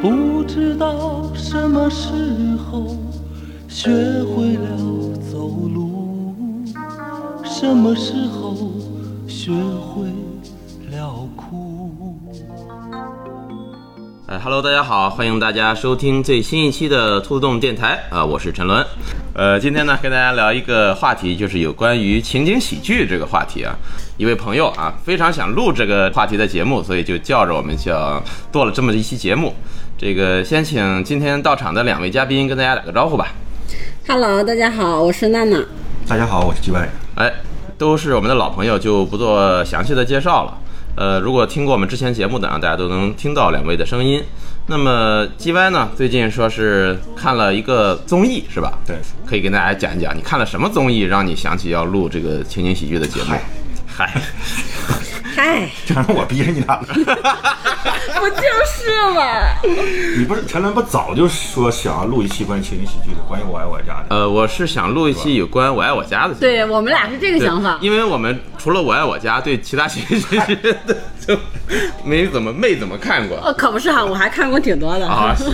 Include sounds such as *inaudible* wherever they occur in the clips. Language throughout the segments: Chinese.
不知道什么时候学会了走路，什么时候学会了哭。呃，Hello，大家好，欢迎大家收听最新一期的兔洞电台啊、我是陈伦。呃，今天呢，跟大家聊一个话题，就是有关于情景喜剧这个话题啊。一位朋友啊，非常想录这个话题的节目，所以就叫着我们想做了这么一期节目。这个先请今天到场的两位嘉宾跟大家打个招呼吧。 Hello，大家好，我是娜娜。大家好，我是局外人。哎，都是我们的老朋友，就不做详细的介绍了。呃，如果听过我们之前节目的啊，大家都能听到两位的声音。那么 G Y 呢，最近说是看了一个综艺，是吧？对，可以跟大家讲一讲，你看了什么综艺，让你想起要录这个情景喜剧的节目？嗨，嗨，这让我逼着你俩了。 *laughs* 不就是嘛？你不是陈伦不早就说想要录一期关于情景喜剧的，关于我爱我家的？呃，我是想录一期有关《我爱我家》的节目。对我们俩是这个对想法。因为我们除了《我爱我家》，对其他情景喜剧 *laughs* 的就没怎么没怎么看过。呃，可不是哈，我还看过挺多的。啊，行，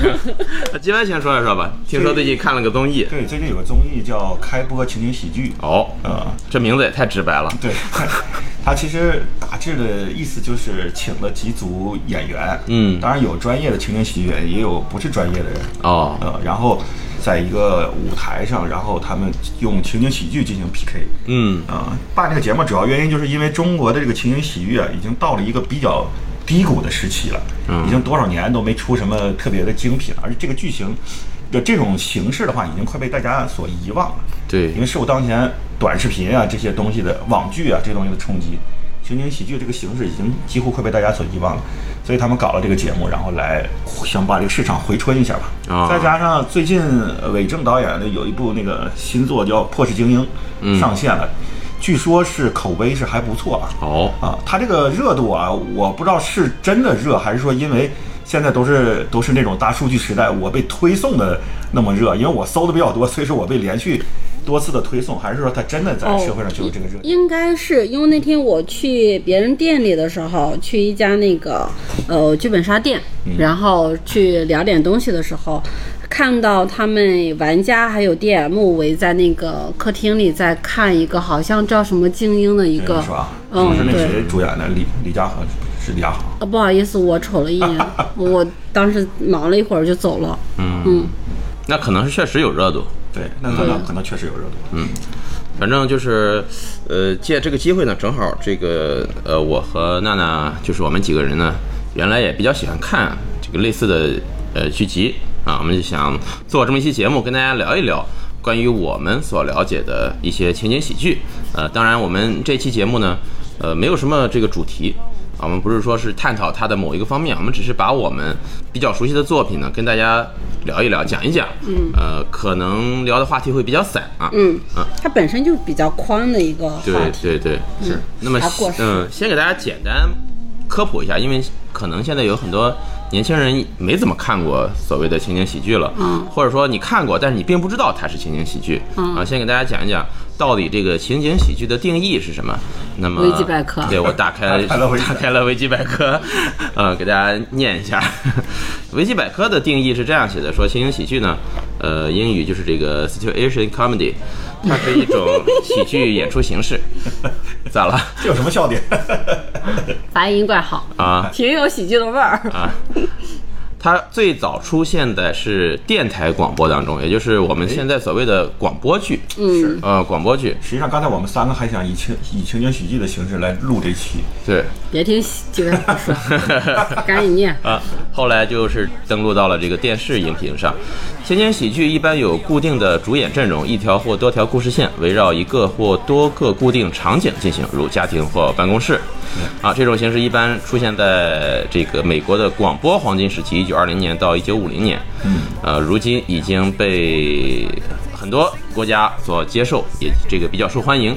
那金湾先说一说吧。听说最近看了个综艺，对，最近有个综艺叫《开播情景喜剧》哦，啊、这名字也太直白了。对， *laughs* 它其实大致的意思就是请了几组演员，嗯当然有专业的情景喜剧演员，也有不是专业的人，哦，呃，然后在一个舞台上，然后他们用情景喜剧进行 PK，嗯，啊、办这个节目主要原因就是因为中国的这个情景喜剧啊，已经到了一个比较低谷的时期了，已经多少年都没出什么特别的精品了，而且这个剧情的这种形式的话，已经快被大家所遗忘了。对因为受当前短视频啊这些东西的网剧啊这些东西的冲击，情景喜剧这个形式已经几乎快被大家所遗忘了，所以他们搞了这个节目，然后来想把这个市场回春一下吧。啊再加上最近呃韦正导演的有一部那个新作叫《破事精英》上线了，据说是口碑是还不错啊。嗯哦，啊，它这个热度啊，我不知道是真的热，还是说因为现在都是都是那种大数据时代，我被推送的那么热，因为我搜的比较多，所以说我被连续多次的推送，还是说它真的在社会上就有这个热？应该是哦因为那天我去别人店里的时候，去一家那个呃剧本杀店，嗯然后去聊点东西的时候，看到他们玩家还有 DM 围在那个客厅里在看一个好像叫什么精英的一哎个，是啊吧？嗯，啊是对。那谁主演的？李李嘉恒是李嘉恒。啊，不好意思，我瞅了 *laughs* 一眼，我当时忙了一会儿就走了。那可能是确实有热度。对，那可能可能确实有热度。嗯，反正就是，呃，借这个机会呢，正好这个呃，我和娜娜就是我们几个人呢，原来也比较喜欢看这个类似的呃剧集啊，我们就想做这么一期节目，跟大家聊一聊关于我们所了解的一些情景喜剧。呃，当然我们这期节目呢，呃，没有什么这个主题。啊我们不是说是探讨它的某一个方面，我们只是把我们比较熟悉的作品呢，跟大家聊一聊，讲一讲。嗯，呃，可能聊的话题会比较散啊。嗯啊，它本身就是比较宽的一个话题。对对对，是。那么啊过时嗯，先给大家简单科普一下，因为可能现在有很多年轻人没怎么看过所谓的情景喜剧了，嗯，或者说你看过，但是你并不知道它是情景喜剧，嗯啊，先给大家讲一讲到底这个情景喜剧的定义是什么。那么维基百科对我打开 *laughs* 打开了维基百打科开了维基百科，呃，给大家念一下。 *laughs* 维基百科的定义是这样写的：说情景喜剧呢，呃，英语就是这个 situation comedy，它是一种喜剧演出形 *laughs* 式。咋了这有什么笑点？ *laughs* 发音怪好，啊挺有喜剧的味儿。啊？它最早出现的是电台广播当中，也就是我们现在所谓的广播剧。嗯，呃，广播剧实际上，刚才我们三个还想以情以情景喜剧的形式来录这期，对。别听喜剧人胡说， *laughs* 赶紧念。 *laughs* 啊，后来就是登陆到了这个电视荧屏上。情景喜剧一般有固定的主演阵容，一条或多条故事线围绕一个或多个固定场景进行，如家庭或办公室。啊，这种形式一般出现在这个美国的广播黄金时期（一九二零年到一九五零年）。嗯，呃，如今已经被很多国家所接受，也这个比较受欢迎。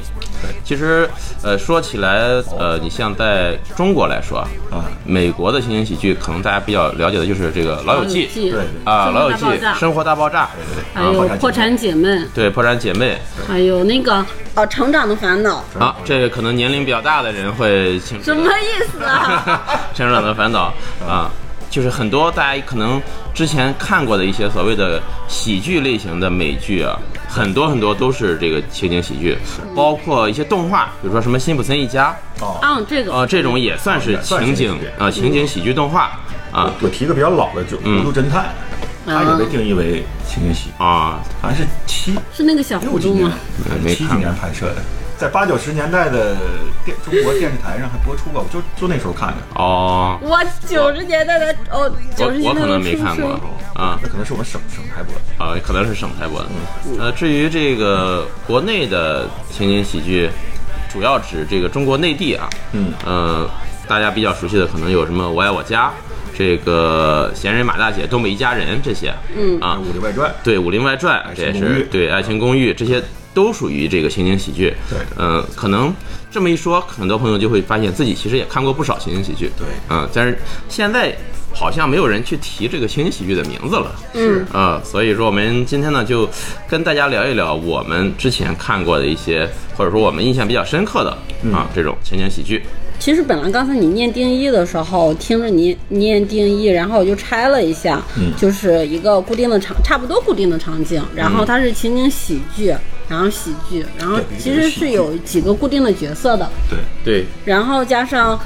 其实，呃，说起来，呃，你像在中国来说啊啊，美国的情景喜剧，可能大家比较了解的就是这个《老友记》记对啊，《老友记生活大爆炸》 《生活大爆炸》还有破《产破产姐妹》，对《破产姐妹还有那个哦，《成长的烦恼》，》啊，这个可能年龄比较大的人会清楚什地。 *laughs* 么意思啊？嗯成长的烦恼啊。就是很多大家可能之前看过的一些所谓的喜剧类型的美剧啊，很多很多都是这个情景喜剧，包括一些动画，比如说什么《辛普森一家》哦，嗯，这个啊、这种也算是也算情是景喜剧啊、情景喜剧动画啊我提个比较老的，就《嗯糊涂侦探》，它啊也被定义为情景喜剧，啊，好像是七是那个小六糊几涂年吗？嗯，没七几看过年拍摄的，在八九十年代的电中国电视台上还播出过，我就就那时候看的，哦，我九十年代的哦，我九十我年代可的能没出看过生啊。那可能是我们省省台播的。啊，可能是省台播的。呃，至于这个国内的情景喜剧，主要指这个中国内地啊，嗯，呃，大家比较熟悉的可能有什么《我爱我家》，这个《闲人马大姐》《东北一家人》这些，嗯啊《，武林外传对《武林外传》这也爱情公是寓对《爱情公寓》这些都属于这个情景喜剧。对嗯、可能这么一说，很多朋友就会发现自己其实也看过不少情景喜剧。对嗯、但是现在好像没有人去提这个情景喜剧的名字了。是啊、所以说我们今天呢就跟大家聊一聊我们之前看过的一些，或者说我们印象比较深刻的、嗯啊这种情景喜剧。其实本来刚才你念定义的时候，听着你念定义，然后我就拆了一下，就是一个固定的场，差不多固定的场景，然后它是情景喜剧，然后喜剧，然后对比如其实喜剧是有几个固定的角色的，》，对，对，然后加上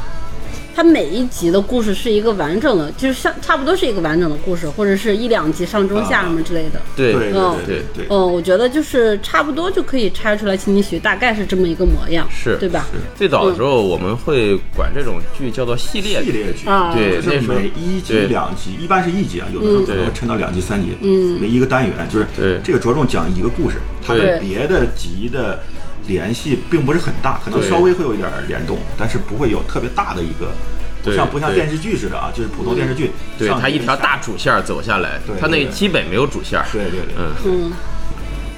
它每一集的故事是一个完整的，就是像差不多是一个完整的故事，或者是一两集上中下啊什么之类的。对，对嗯对对对对，嗯，我觉得就是差不多就可以拆出来情景喜剧大概是这么一个模样，是对吧？最早的时候我们会管这种剧叫做系列剧。系列剧啊对，就那是时候每一集对两集，一般是一集啊，有的时候可能对会抻到两集、三集，嗯为一个单元，就是对这个着重讲一个故事，它对跟别的集的联系并不是很大，可能对稍微会有一点儿联动，但是不会有特别大的一个，不对像不像对电视剧似的啊，就是普通电视剧，对上它一集条大主线儿走下来对，它那对个基本没有主线儿。对对对嗯，嗯，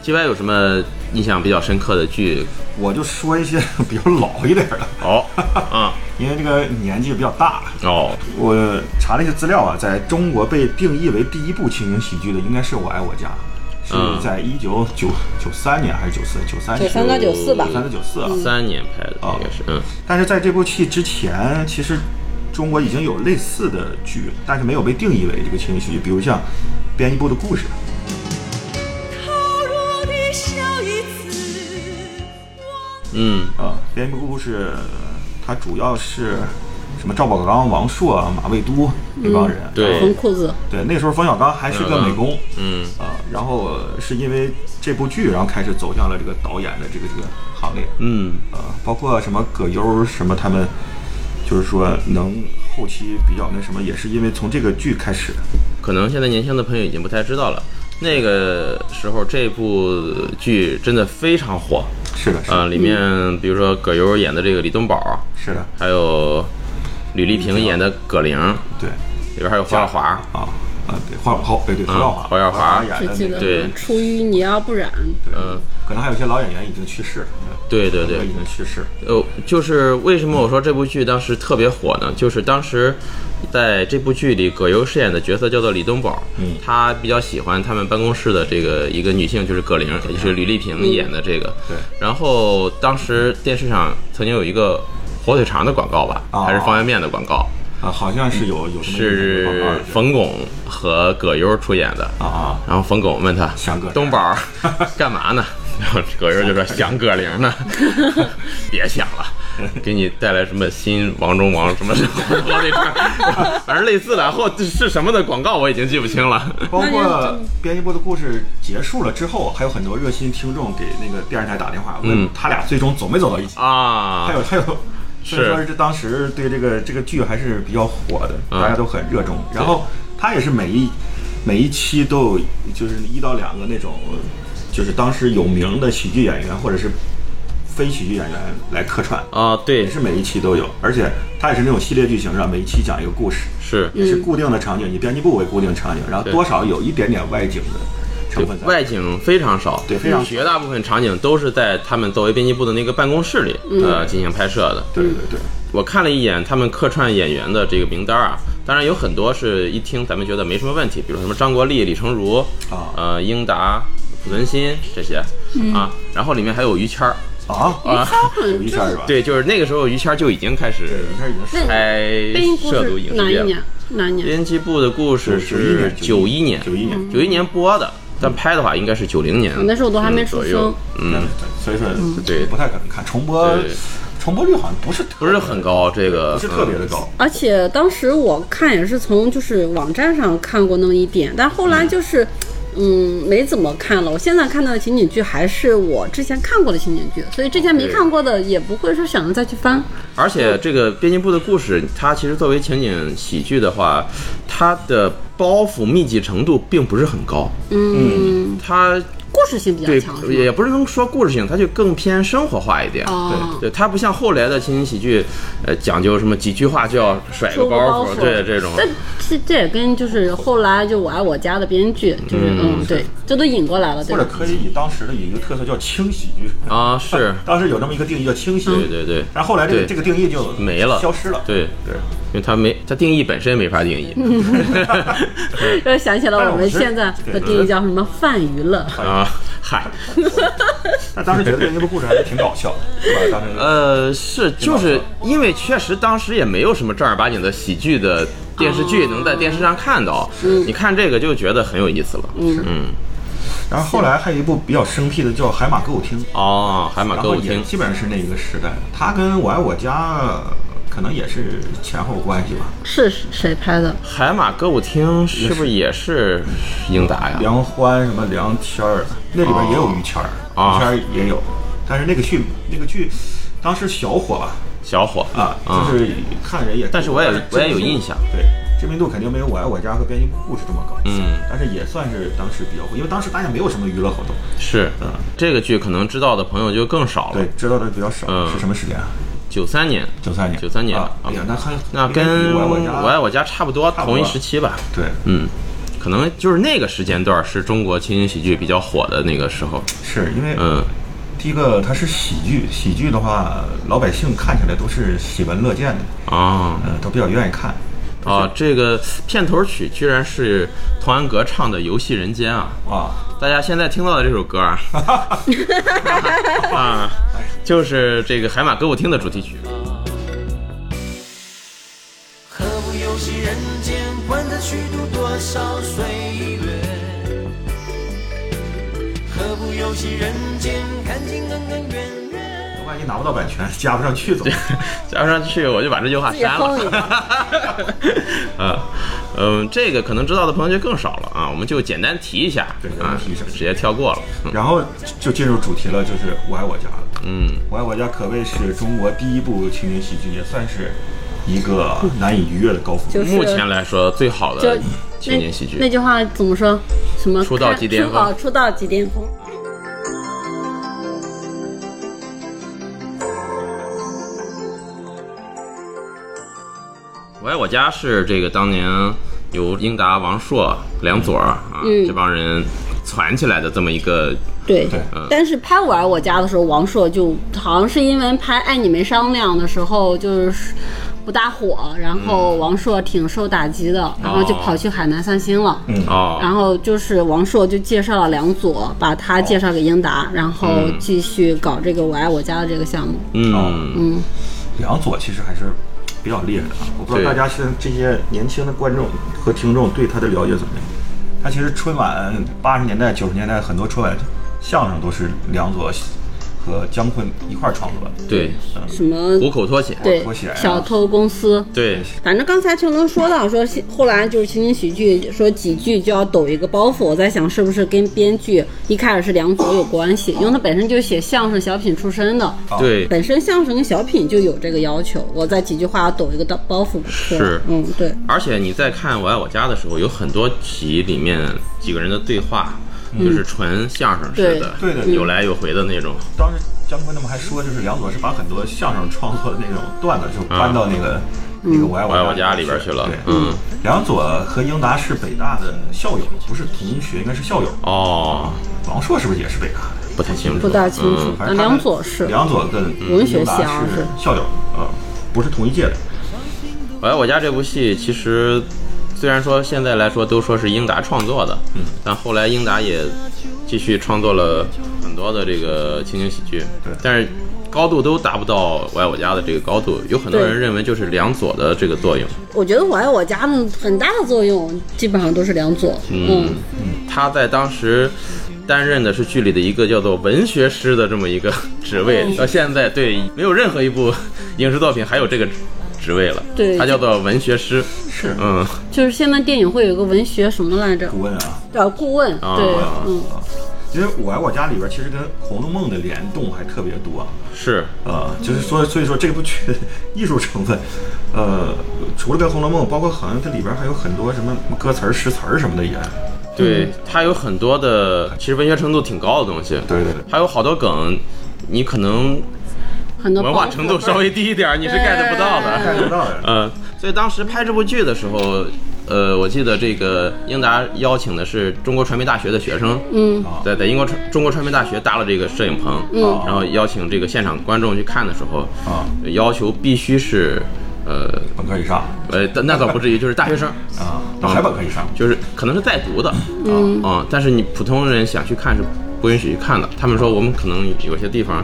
G Y 有什么印象比较深刻的剧？我就说一些 *laughs* 比较老一点儿的，哦，啊，因为这个年纪比较大了。哦，我查了一些资料啊，在中国被定义为第一部情景喜剧的应该是《我爱我家》，嗯是在一九九九三年还是九四九三九三到九四吧嗯九，三到九四啊。三年拍的哦应该是，嗯，但是在这部戏之前，其实中国已经有类似的剧，但是没有被定义为这个情景喜剧，比如像《编一部的故事》。好弱的笑一次。嗯，啊，《编一部故事》它主要是什么？赵宝刚、王朔、马未都这帮人。对红裤子，对，那时候冯小刚还是个美工。嗯，啊，然后呃是因为这部剧，然后开始走向了这个导演的这个这个行列，嗯，呃，包括什么葛优什么他们，就是说能后期比较那什么，也是因为从这个剧开始的。可能现在年轻的朋友已经不太知道了。那个时候这部剧真的非常火，是的，是的，啊，里面比如说葛优演的这个李东宝，是的，还有吕丽萍演的葛玲，对，里边还有黄耀华，啊啊，对，黄浩，对对，嗯侯耀华，侯耀华演只的记得那个，对出淤泥而不染。嗯，可能还有些老演员已经去世了，对对对已，经去世了，呃，就是为什么我说这部剧当时特别火呢？就是当时在这部剧里，葛优饰演的角色叫做李东宝，嗯他比较喜欢他们办公室的这个一个女性，就是葛玲，也就是吕丽萍演的这个。嗯对然后当时电视上曾经有一个火腿肠的广告吧，哦还是方便面的广告，啊，好像是有有这么一个广告是的冯巩和葛优出演的。啊啊，然后冯巩问他想葛玲东宝儿干嘛呢？ *laughs* 然后葛优就说想葛玲呢， *laughs* 别想了，给你带来什么新王中王什么什么我那串，反正类似的或是什么的广告我已经记不清了。 *laughs* 包括编辑部的故事结束了之后，还有很多热心听众给那个电视台打电话，问他俩最终走没走到一起。嗯啊还，有还有，所以是说这当时对这个这个剧还是比较火的，嗯大家都很热衷。然后他也是每一每一期都有，就是一到两个那种，就是当时有名的喜剧演员或者是非喜剧演员来客串，啊，对也，是每一期都有，而且它也是那种系列剧情上，每一期讲一个故事。是也是固定的场景，以编辑部为固定场景，然后多少有一点点外景的成分在。外景非常少，对非常少绝大部分场景都是在他们作为编辑部的那个办公室里呃进行拍摄的。对对对，我看了一眼他们客串演员的这个名单啊，当然有很多是一听咱们觉得没什么问题，比如什么张国立、李成儒啊呃，英达、濮存昕这些、嗯啊，然后里面还有于谦儿，啊，有一下是吧？，对，就是那个时候于谦儿就已经开始嗯对，于谦已经是那拍背景故摄录事影哪一业年了，？哪年？编辑部的故事是九九一一年年，九一年九一年播的，但拍的话应该是九零年嗯哦我，那时候我都还没出左右嗯，生，对对，所以说对不太可能看重播对，重播率好像不是不是很嗯高，这个不是特别的高，而且当时我看也是从就是网站上看过那么一点，但后来就是。嗯，没怎么看了。我现在看到的情景剧还是我之前看过的情景剧，所以之前没看过的也不会说想着再去翻。而且这个编辑部的故事，它其实作为情景喜剧的话，它的包袱密集程度并不是很高。嗯，它故事性比较对强，也是吗？不是能说故事性，它就更偏生活化一点。哦，对，它不像后来的情景喜剧，呃，讲究什么几句话就要甩个收个包包袱袱，对这种。但这这也跟就是后来就《我爱我家》的编剧，就是嗯嗯对，这都引过来了，对或者吧？可以以当时的有一个特色叫轻喜剧，啊，是， *laughs* 当时有这么一个定义叫轻喜，对对对。然后后来这个对这个定义就没了消失了。对，对，因为它没它定义本身没法定义。嗯又想起了我们现在的定义叫什么“泛娱乐啊，嗨，但当时觉得这部故事还是挺搞笑的，是吧？当时呃，是，就是因为确实当时也没有什么正儿八经的喜剧的电视剧能在电视上看到，你看这个就觉得很有意思了。嗯，然后后来还有一部比较生僻的叫《海马歌舞厅》，哦，海马然歌后舞也厅，基本上是那一个时代的。它跟《我爱我家》可能也是前后关系吧。”，是谁拍的？海马歌舞厅是不是也是英达呀？梁欢什么梁天儿，那里边也有于谦儿，啊于谦儿也有，但是那个剧那个剧当时小火吧，小伙啊，嗯就是看人也，但是我也我也有印象，对，知名度肯定没有《我爱我家》和《编辑部故事》这么高，嗯，但是也算是当时比较火，因为当时大家没有什么娱乐活动，是嗯这个剧可能知道的朋友就更少了对。，知道的比较少，嗯是什么时间啊？九三年，九三年， 93年啊，啊哎呀，那还那应该比跟我爱我家我爱我家差不多，差不多同一时期吧。对，嗯，可能就是那个时间段是中国情景喜剧比较火的那个时候。是因为嗯，第一个它是喜剧，喜剧的话，老百姓看起来都是喜闻乐见哦的，啊嗯，都比较愿意看。啊，这个片头曲居然是童安格唱的《游戏人间》啊！啊，大家现在听到的这首歌 *laughs* 啊，啊，就是这个海马歌舞厅的主题曲。何不游戏人间，管他虚度多少岁月？何不游戏人间，看尽恩恩怨怨？万一拿不到版权，加不上去怎么办？加上去我就把这句话自己删哼一了。*laughs* 个。啊，嗯，这个可能知道的朋友就更少了啊，我们就简单提一下对简单啊提一下，直接跳过了。嗯 *laughs* 然后就进入主题了，就是我爱我家了。嗯，我爱我家可谓是中国第一部情景喜剧，也算是一个难以逾越的高峰。就是目前来说最好就的情景喜剧那。那句话怎么说？什么出道看即巅出峰哦，出道即巅峰。我爱我家是这个当年由英达、王朔、梁左啊、嗯这帮人攒起来的这么一个，对，对嗯但是拍《我爱我家》的时候，王朔就好像是因为拍《爱你没商量》的时候就是不大火，然嗯后王朔挺受打击的，然后就跑去海南散心了。嗯哦然后就是王朔就介绍了梁左，把他介绍给英达，然后继续搞这个《我爱我家》的这个项目。嗯，梁左其实还是比较厉害的啊，我不知道对大家现在这些年轻的观众和听众对他的了解怎么样。他其实春晚八十年代、九十年代很多春晚相声都是梁左和姜昆一块儿创作的。嗯对，什么虎口脱险，对脱险啊小偷公司，对，反正刚才秋能说到说，后来就是情景喜剧，说几句就要抖一个包袱。我在想，是不是跟编剧一开始是梁左有关系？因为他本身就写相声小品出身的，啊对，本身相声跟小品就有这个要求。我在几句话抖一个包包袱不错。是嗯，对，而且你在看《我爱我家》的时候，有很多集里面几个人的对话，嗯就是纯相声式的，对对对对有来有回的那种。当时姜昆他们还说，就是梁左是把很多相声创作的那种段子，就搬到那个、那个我爱我爱我家啊家里边去了对，嗯，梁左和英达是北大的校友，不是同学，应该是校友。哦，王朔是不是也是北大的？不太清楚，不大清楚嗯。反那正呃他们梁左是梁左跟文学英达系啊是是校友，呃，不是同一届的。我哎爱我家这部戏其实虽然说现在来说都说是英达创作的，嗯，但后来英达也继续创作了很多的这个情景喜剧，对但是高度都达不到《我爱我家》的这个高度。有很多对人认为就是梁左的这个作用，我觉得我爱我家呢很大的作用，基本上都是梁左。嗯，他在当时担任的是剧里的一个叫做文学师的这么一个 *laughs* 职位，嗯到现在对没有任何一部 *laughs* 影视作品还有这个职位了。对他叫做文学师。是，嗯，就是现在电影会有一个文学什么来着？呃顾问啊，呃，顾问。啊对啊，嗯，因为我爱我家里边其实跟《红楼梦》的联动还特别多。啊是呃，就是说，所以说这部剧的艺术成分，呃，除了跟《红楼梦》，包括好像它里边还有很多什么歌词儿、诗词儿什么的也，嗯对，嗯他有很多的其实文学程度挺高的东西。对对对还有好多梗，你可能很多文化包程度稍微低一点儿，你是 get 不到的。 *laughs* 看得到的。嗯，所以当时拍这部剧的时候，呃，我记得这个英达邀请的是中国传媒大学的学生，嗯，啊在在英国传中国传媒大学搭了这个摄影棚，嗯，然后邀请这个现场观众去看的时候，啊，要求必须是，呃，本科以上呃，但那倒不至于，就是大学生，啊，到还本科以上，就是可能是在读的，嗯啊，但是你普通人想去看是不允许去看的。他们说我们可能有些地方，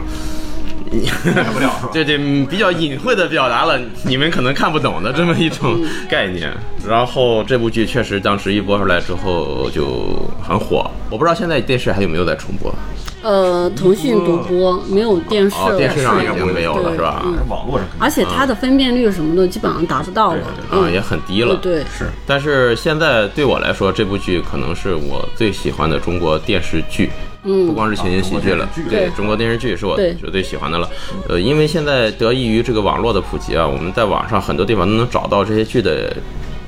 你改不了是吧？对对，嗯比较隐晦的表达了你们可能看不懂的这么一嗯种 *laughs* 概念。然后这部剧确实当时一播出来之后就很火，我不知道现在电视还有没有在重播，呃，腾讯独播没有电视哦，了，电视上已也经没有了对是吧？还是网络上可能而且它的分辨率什么的基本上达不到对了对，对，嗯啊，也很低了。对，是但是现在对我来说，这部剧可能是我最喜欢的中国电视剧，嗯，不光是情景喜剧了，啊中国电视剧对对中国电视剧是我对觉得最喜欢的了。呃，因为现在得益于这个网络的普及啊，我们在网上很多地方都能找到这些剧的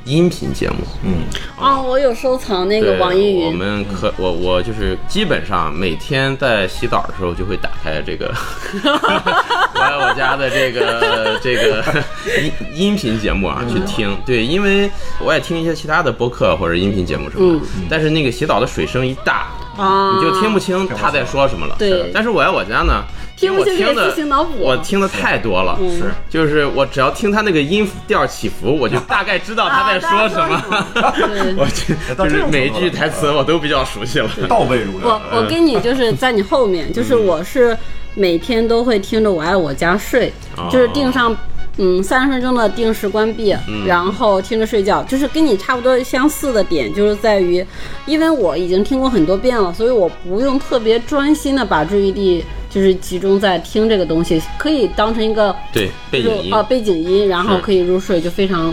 音频节目。嗯，啊，我有收藏那哦对个，网易我云，们可我我就是基本上每天在洗澡的时候就会打开这 *laughs* 个，我来我家的这个这个音音频节目啊去嗯听。对，因为我也听一些其他的播客或者音频节目什么的，但是那个洗澡的水声一大，嗯啊，你就听不清他在说什么了。对但是我来我家呢，听因为不我清听给自的行脑补嗯我听的太多了，是就是我只要听他那个音调起伏，我就大概知道他在说什么。啊 *laughs* *laughs* 我就到就这是种程度了每一句台词我都比较熟悉了。倒背如流我。嗯我跟你就是在你后面，就是我是每天都会听着《我爱我家》睡哦，就是定上。嗯，三十分钟的定时关闭，嗯然后听着睡觉，就是跟你差不多相似的点，就是在于，因为我已经听过很多遍了，所以我不用特别专心的把注意力就是集中在听这个东西，可以当成一个对，背就景音啊、背景音，然后可以入睡，就非常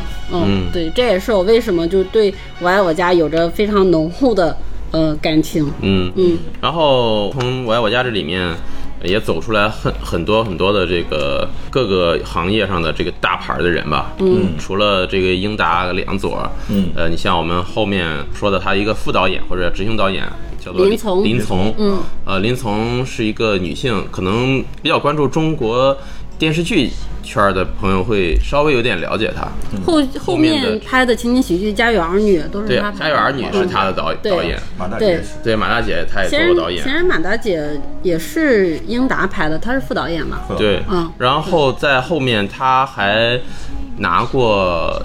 嗯嗯对，这也是我为什么就对我爱我家有着非常浓厚的呃感情，嗯嗯，然后从我爱我家这里面。也走出来很很多很多的这个各个行业上的这个大牌的人吧，嗯，除了这个英达、梁左，嗯呃，你像我们后面说的他一个副导演或者执行导演叫做林从林从，嗯，呃，林从是一个女性，可能比较关注中国电视剧圈儿的朋友会稍微有点了解她，后嗯后后面的面拍的情景喜剧《家有儿女》都对，是他《拍的家有哦儿女》是她的导嗯对导演，马大姐是对，马大姐她也做过闲人导演，闲人马大姐也是英达拍的，她是副导演嘛。吧对，嗯然后在后面他还拿过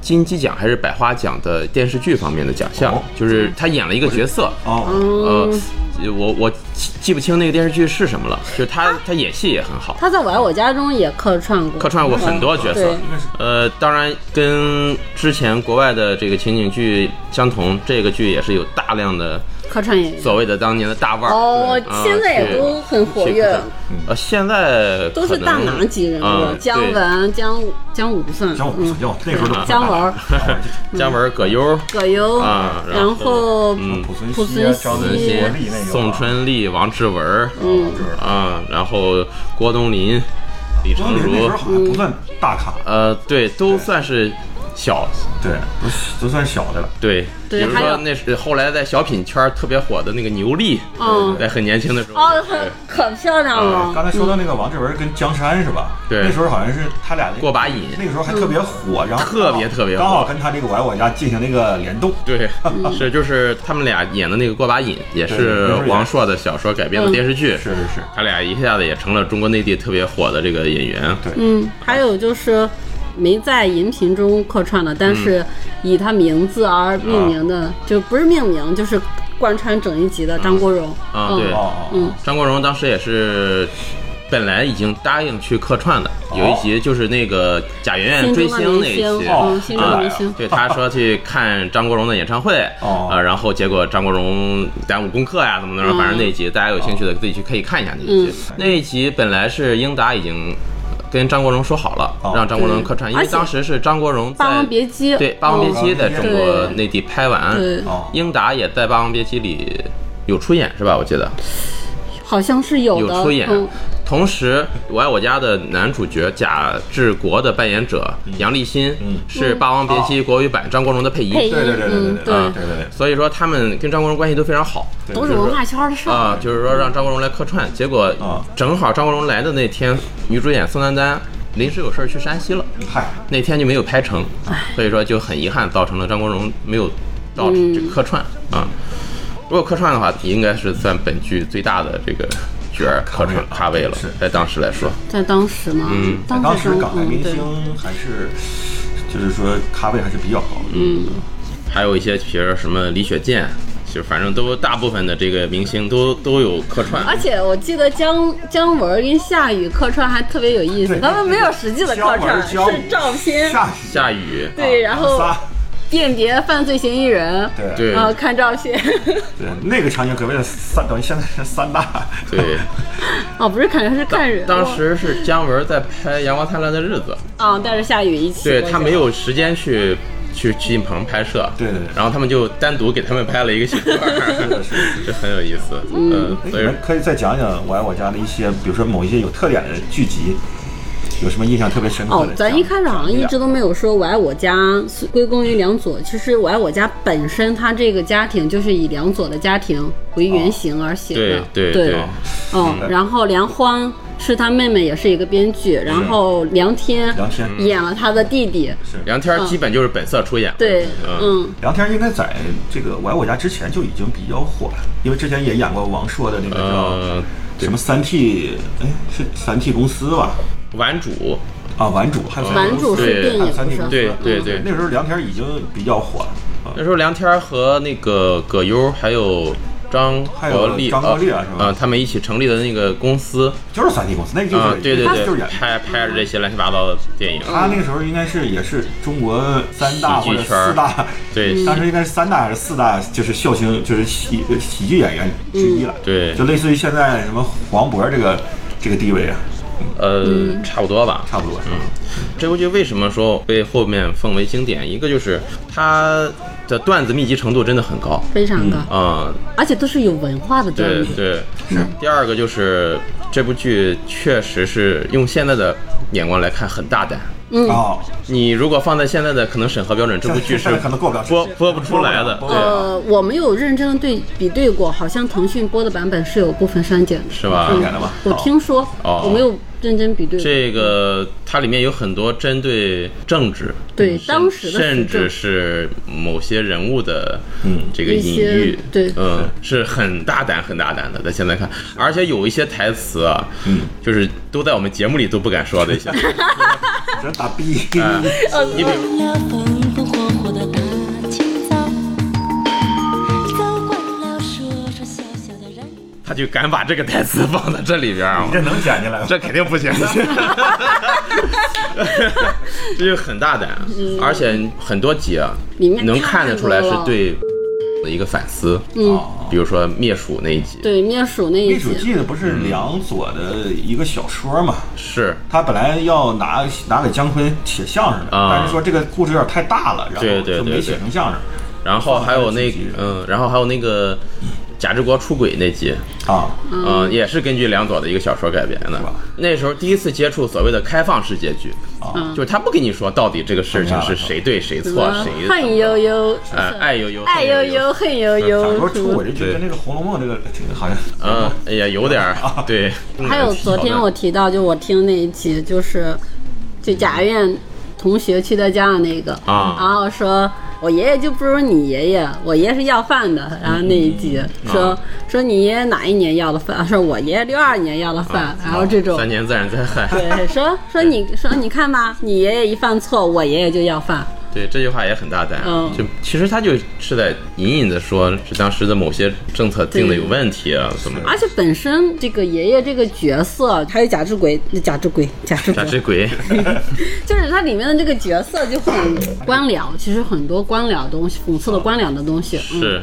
金鸡奖还是百花奖的电视剧方面的奖项，哦就是他演了一个角色，哦，嗯呃，我我记记不清那个电视剧是什么了，就是他啊他演戏也很好。她在《我爱我家》中也客串过，嗯客串过很多角色对，呃，当然跟之前国外的这个情景剧相同，这个剧也是有大量的客串演员。所谓的当年的大腕儿，哦啊，现在也都很活去跃，呃，现在都是可能大拿级人啊物，姜对文、姜武姜武不算，姜武嗯姜武那时候都不算姜文、姜文、葛优、葛优，啊然然后后嗯濮濮存存昕、昕张文嗯国心立那个、宋春啊丽、王志文，嗯，啊，然后郭冬临、李张成国立那时儒候，好像不算大咖，呃，对，都算是小，对，都都算小的了。对，对比如还说有那是后来在小品圈儿特别火的那个牛莉，嗯在很年轻的时候哦也，可是可漂亮啊了，刚才说到那个王志文跟江山是吧？对那时候好像是他俩过把瘾，那个时候还特别火，然后特别特别火刚好跟他这个《我爱我家》进行那个联动。对，是就是他们俩演的那个《过把瘾》，也是嗯对就是王朔的小说改嗯编的电视剧，是是是，他俩一下子也成了中国内地特别火的这个演员，对嗯，还有就是没在荧屏中客串的，但嗯是以他名字而命名啊的，就不是命名，就是贯穿整一集的张国荣，啊，对，嗯，哦哦，嗯张国荣当时也是本来已经答应去客串的，有一集就是那个贾圆圆哦心追中星的明那一期，星，哦哦哎嗯，心中的明星，对，他说去看张国荣的演唱会，哦啊，然后结果张国荣耽误功课呀，怎么怎么，嗯反正那一集大家有兴趣的自己去可以看一下那一集。那一集本来是英达已经跟张国荣说好了，哦让张国荣客串，对因为嗯而且当时是张国荣在霸王别姬哦对《霸王别姬》在中国对内地拍完，对哦英达也在《霸王别姬》里有出演是吧？我记得好像是有的，有出演嗯。同时，《我爱我家》的男主角贾志国的扮演者杨立新是《霸王别姬》国语版张国荣的配音，嗯配音，对对对对对嗯，对嗯对对对，所以说他们跟张国荣关系都非常好都是文化圈的事儿。啊、就是说让张国荣来客串，结果啊正好张国荣来的那天，女主演宋丹丹临时有事儿去山西了，嗨，那天就没有拍成，所以说就很遗憾，造成了张国荣没有到这个客串啊。如果客串的话，应该是算本剧最大的这个角儿客串咖位了是，在当时来说，在当时嘛，嗯，当时中港台嗯，明对，星还是就是说咖位还是比较高的，嗯，还有一些比如说什么李雪健，就反正都大部分的这个明星都都有客串，而且我记得姜姜文儿跟夏雨客串还特别有意思，对他们没有实际的客姜文串，儿是姜武照片，下夏雨，对，然后仨辨别犯罪嫌疑人，对对然后看照片，对，那个场景可谓是三等于现在是三大，对。哦，不是看人是看人，当时是姜文在拍《阳光灿烂的日子啊，带着夏雨一》，起，对我记他得没有时间去去去进棚拍摄，对对对然后他们就单独给他们拍了一个戏剧本 *laughs* 儿， *laughs* 是是这很有意思，嗯，哎所你以们可以再讲讲《我爱我家》的一些，比如说某一些有特点的剧集，有什么印象特别深刻哦的？，咱一开始好像一直都没有说“我爱我家”是归功于梁左。其实“我爱我家”本身，它这个家庭就是以梁左的家庭为原型而写的。哦对对对对嗯，然后梁欢是他妹妹，也是一个编剧。然后梁天梁天演了他的弟弟。梁天儿基本就是本色出演，对，嗯，梁天应该在这个《我爱我家》之前就已经比较火了，因为之前也演过王朔的那个呃叫什么三 T，哎，是三 T 公司吧？顽主，啊，顽主，还有顽主是对电还有影三 T 是公吧司，？对对对那时候梁天已经比较火了。啊那时候梁天儿和那个葛优还有。张还有国立，张国立啊呃是吧呃他们一起成立的那个公司就是三 T 公司，那个就是、啊，对对就是对演，拍拍着这些乱七八糟的电影，他那个时候应该是也是中国三大喜或剧者圈儿四大， *laughs* 对当时应该是三大还是四大，就是笑星就是喜呃喜剧演员之一了，对就类似于现在什么黄渤这个这个地位啊，呃，差不多吧，差不多嗯是吧？这部剧为什么说被后面奉为经典？一个就是它的段子密集程度真的很高，非常高，嗯，而且都是有文化的段对子。对。是。第二个就是这部剧确实是用现在的眼光来看很大胆。嗯，哦，你如果放在现在的可能审核标准，这部剧 *laughs* 是现在可能过不了审播播不出来的。播不对，了呃，我没有认真的对比对过，好像腾讯播的版本是有部分删减的。是吧？删减的吧？我嗯听说，哦我没有认真比对过。这个它里面有很多针对政治，对甚当时的时政甚至是某些人物的，嗯，这个一隐些喻，对嗯，是很大胆、很大胆的，在现在看，而且有一些台词啊，嗯，就是都在我们节目里都不敢说的一 *laughs* 些，这打逼，哎 *laughs* 你比看了风风火火的大清早，走惯了说说笑笑的人。他就敢把这个台词放在这里边啊你，这能剪进来吗？这肯定不 *laughs* 行，这就很大胆，啊而且很多集啊，嗯里面能太看得出多来是了对的一个反思，嗯，比如说灭鼠那一集，对灭鼠那一秘书集，记的不是梁左的一个小说嘛？是他本来要拿拿给姜昆写相声的，啊但是说这个故事有点太大了，然对后对就没对写对成相声然后还有那放在那个嗯，然后还有那个贾志国出轨那集，啊。嗯，也是根据梁左的一个小说改编的吧。那时候第一次接触所谓的开放式结局，嗯就是他不跟你说到底这个事情是谁对谁什错么谁恨悠悠，呃爱悠悠爱悠悠，恨悠小悠说，出轨这剧跟那个《红楼梦》这个这个好像嗯也有点儿对。 *laughs* 还有昨天我提到，就我听那一集，就是就贾院同学去他家的那个，啊然后说我爷爷就不如你爷爷，我爷爷是要饭的，然后那一集说、说你爷爷哪一年要的饭，说我爷爷六二年要的饭，然后这种三年自然灾害，对，说说你说你看吧，你爷爷一犯错，我爷爷就要饭。对这句话也很大胆，嗯就其实他就是在隐隐的说，是当时的某些政策定的有问题啊，怎么而且本身这个爷爷这个角色，还有贾志鬼、贾志鬼、贾志假鬼，之 *laughs* 鬼，嗯就是它里面的这个角色就很官僚，其实很多官僚东西，讽刺了官僚的东西，嗯，是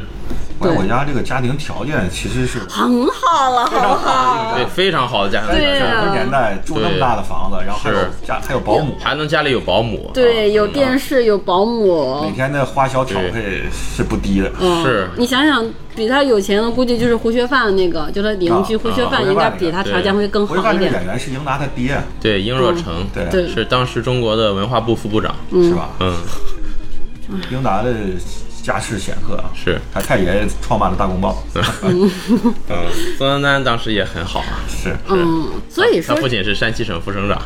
外婆家这个家庭条件其实是很好了，好不好？对非常好的家庭对九啊十年代住那么大的房子，然后还有嗯是家还有保姆，还能家里有保姆，啊对，有店。电视，有保姆每，天的花销调配是不低的。嗯，是你想想，比他有钱的估计就是胡学范那个，就他邻居啊胡学范，啊胡学范应该那个比他条对件会更我就好看一这个点。演员是英达他爹，对，英若诚，对对是当时中国的文化部副部长，是吧？嗯，英达的家世显赫啊，是他太爷爷创办了《大公报》，嗯，宋丹丹当时也很好啊， *laughs* 是嗯，所以他说啊不仅是山西省副省长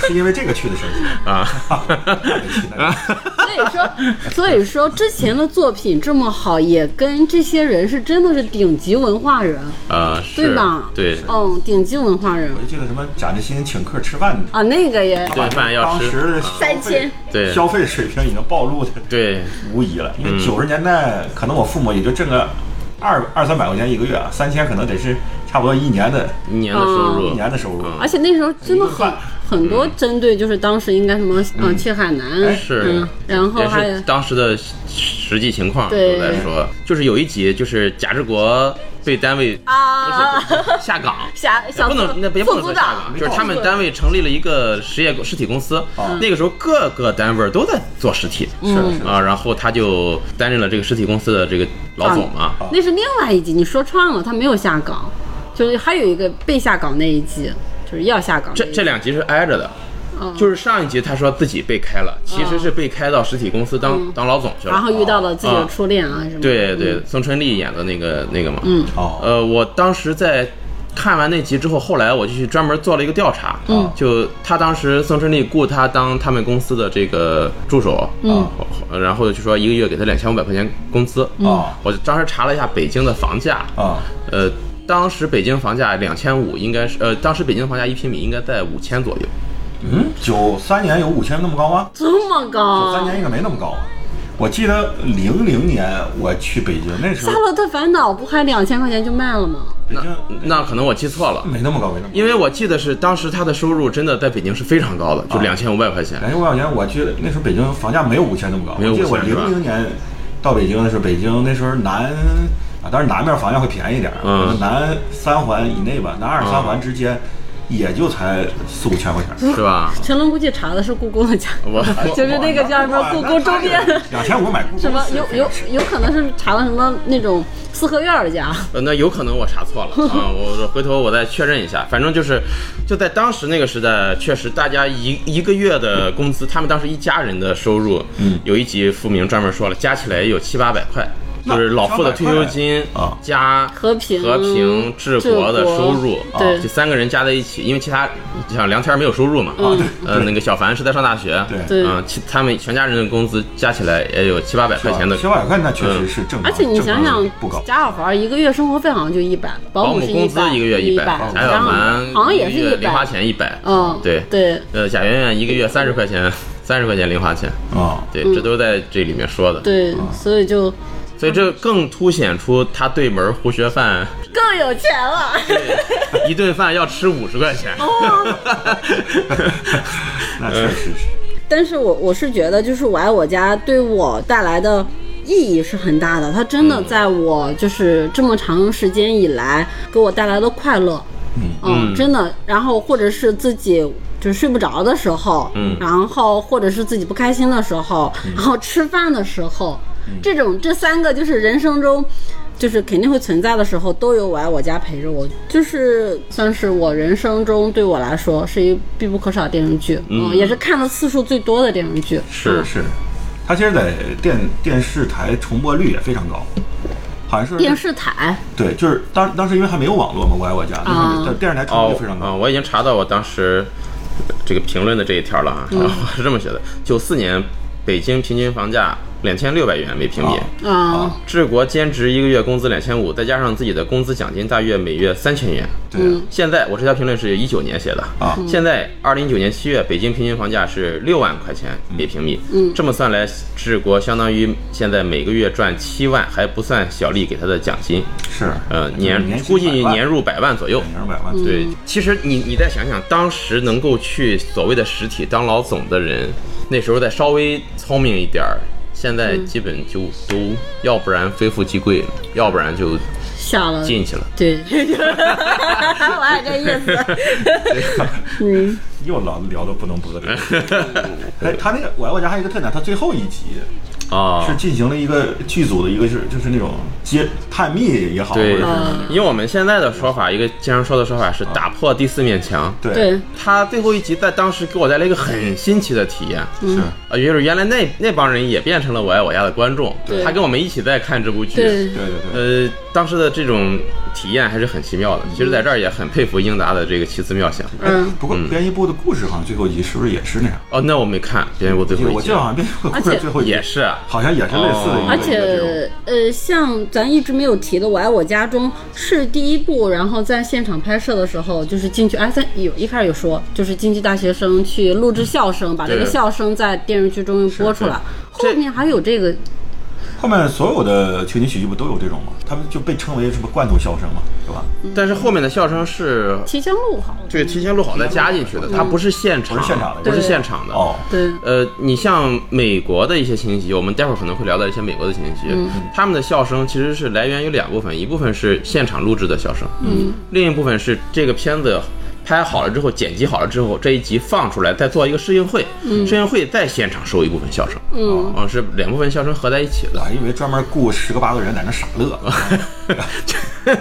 是因为这个去的山西。 *laughs* 啊， *laughs* 所以说，所以说之前的作品这么好，也跟这些人是真的是顶级文化人，呃，是，对吧？对，嗯，顶级文化人我就记得什么贾志新请客吃饭，啊，那个也顿饭要当时吃，的消费三千对消费水平已经暴露的对，无疑了。因为九十年代可能我父母也就挣个二二三百块钱一个月，啊，三千可能得是差不多一年的一年的收入，一年的收入。而且那时候真的一顿很饭很多针对，就是当时应该什么，嗯，去海南哎是嗯，然后也还有是当时的实际情况对都在说，就是有一集就是贾志国被单位啊，下岗，小 *laughs* 小不能，那别不副能组说下长岗，就是他们单位成立了一个实业实体公司，嗯那个时候各个单位都在做实体，是的，是的。啊，然后他就担任了这个实体公司的这个老总嘛，那是另外一集，你说串了，他没有下岗，就是还有一个被下岗那一集，就是要下岗那这一集这两集是挨着的。嗯就是上一集他说自己被开了，其实是被开到实体公司当、当老总去了，嗯然后遇到了自己的啊初恋啊什么的，对对，宋春丽演的那个那个嘛，嗯，哦，呃，我当时在看完那集之后，后来我就去专门做了一个调查，嗯，就他当时宋春丽雇他当他们公司的这个助手，嗯，然后就说一个月给他两千五百块钱工资，啊我当时查了一下北京的房价，啊，呃，当时北京房价两千五，应该是呃，当时北京房价一平米应该在五千左右，嗯，九三年有五千那么高吗？这么九高，三年应该没那么高啊。我记得零零年我去北京，那时《夏候洛特烦恼》不还两千块钱就卖了吗？北京那可能我记错了。没那么高，没那么高。因为我记得是当时他的收入真的在北京是非常高的，就两千五百块钱。两千五百块钱，我去那时候北京房价没有五千那么高。没有我记得我5000是吧零零年到北京的时候，北京那时候南啊，当然南面房价会便宜点儿，嗯南三环以内吧，南二三环之间也就才四五千块钱。是吧？成龙估计查的是故宫的价格，我 *laughs* 就是那个叫什么故宫周边，两千五买故 *laughs* 宫什么有有是有可能是查了什么那种四合院儿的价，啊呃，那有可能我查错了啊、我我回头我再确认一下。反正就是，就在当时那个时代，确实大家一一个月的工资，他们当时一家人的收入，嗯，有一集付明专门说了，加起来也有七八百块，就那是老傅的退休金800啊加和平和平治国的收入，治国对啊这三个人加在一起，因为其他你像梁天儿没有收入嘛，啊，呃，那个小凡是在上大学，对嗯对嗯，其他们全家人的工资加起来也有七八百块钱的嗯七八百块，那确实是正而常。且你想想正常不高，，贾小凡一个月生活费好像就一百，保保姆哦是工一资百，一个月一百，百，哦还有完好像一也个是月一零花百，钱一百，嗯，对。对，呃，贾圆圆一个月三十块钱，三十块钱零花钱，啊，对，这都在这里面说的，嗯对，所以就所以这更凸显出他对门胡学范更有钱了。一顿饭要吃五十块钱，哦那呃确实是。但是我我是觉得，就是我爱我家对我带来的意义是很大的，它真的在我就是这么长时间以来给我带来的快乐，嗯，真的。然后或者是自己。就是睡不着的时候，嗯然后或者是自己不开心的时候，然后吃饭的时候，这种这三个就是人生中，就是肯定会存在的时候，都有我爱我家陪着我，就是算是我人生中对我来说是一必不可少的电视剧，嗯，也是看的次数最多的电视剧。是是，它其实在电电视台重播率也非常高，好像是电视台对，就是当当时因为还没有网络嘛，我爱我家，啊那时候电视台重播哦率非常，啊，高。我已经查到我当时嗯 *laughs* 这个评论的这一条了啊，我是这么写的：九四年北京平均房价两千六百元每平米。哦啊，治国兼职一个月工资两千五，再加上自己的工资奖金，大约每月三千元。对嗯现在我这条评论是一九年写的啊，现在二零一九年七月，北京平均房价是六万块钱每平米。嗯，这么算来，治国相当于现在每个月赚七万，还不算小丽给他的奖金。是，呃，年薪估计百万年入百万左右。年入百万，嗯对，其实你你再想想，当时能够去所谓的实体当老总的人，那时候再稍微聪明一点儿，现在嗯基本就都、要不然非富即贵，要不然就下了，进去了。对， *laughs* 我爱这意思，嗯又老聊到不能播 *laughs* 的。哎，他那个《我爱我家》还有一个特点，他最后一集嗯啊是进行了一个剧组的一个是就是那种揭探秘也好，或者对是，嗯因为我们现在的说法，一个经常说的说法是打破第四面墙。对对，他最后一集在当时给我带来一个很新奇的体验，嗯是啊，也就是原来那那帮人也变成了我爱我家的观众，对他跟我们一起在看这部剧，对对对对，呃，当时的这种体验还是很奇妙的。其实，在这儿也很佩服英达的这个奇思妙想。嗯，哎不过编辑部的故事好像最后一集是不是也是那样？哦，那我没看《别人我最后对，我一记集得》，好像编辑部的故而事且最后一集也是啊好像也是类似的哦一个，而且一个这种呃，像咱一直没有提的《我爱我家》中是第一部，然后在现场拍摄的时候，就是进去，哎，咱有一开始有说，就是京剧大学生去录制笑声，把这个对笑声在电视剧中又播出来，对后面还有这个，后面所有的情景喜剧不都有这种吗？他们就被称为什么罐头笑声嘛，是吧？但是后面的笑声是提前录好，这个提前录好再加进去的，它不是现场，不是现场的不是对现场的。哦，对，呃，你像美国的一些情景喜剧，我们待会儿可能会聊到一些美国的情景喜剧，嗯他们的笑声其实是来源于两部分，一部分是现场录制的笑声，嗯，另一部分是这个片子拍好了之后，剪辑好了之后，这一集放出来，再做一个试映会，试映会再现场收一部分笑声，嗯，哦啊，是两部分笑声合在一起我的，还以为专门雇十个八个人在那傻 *laughs* 乐，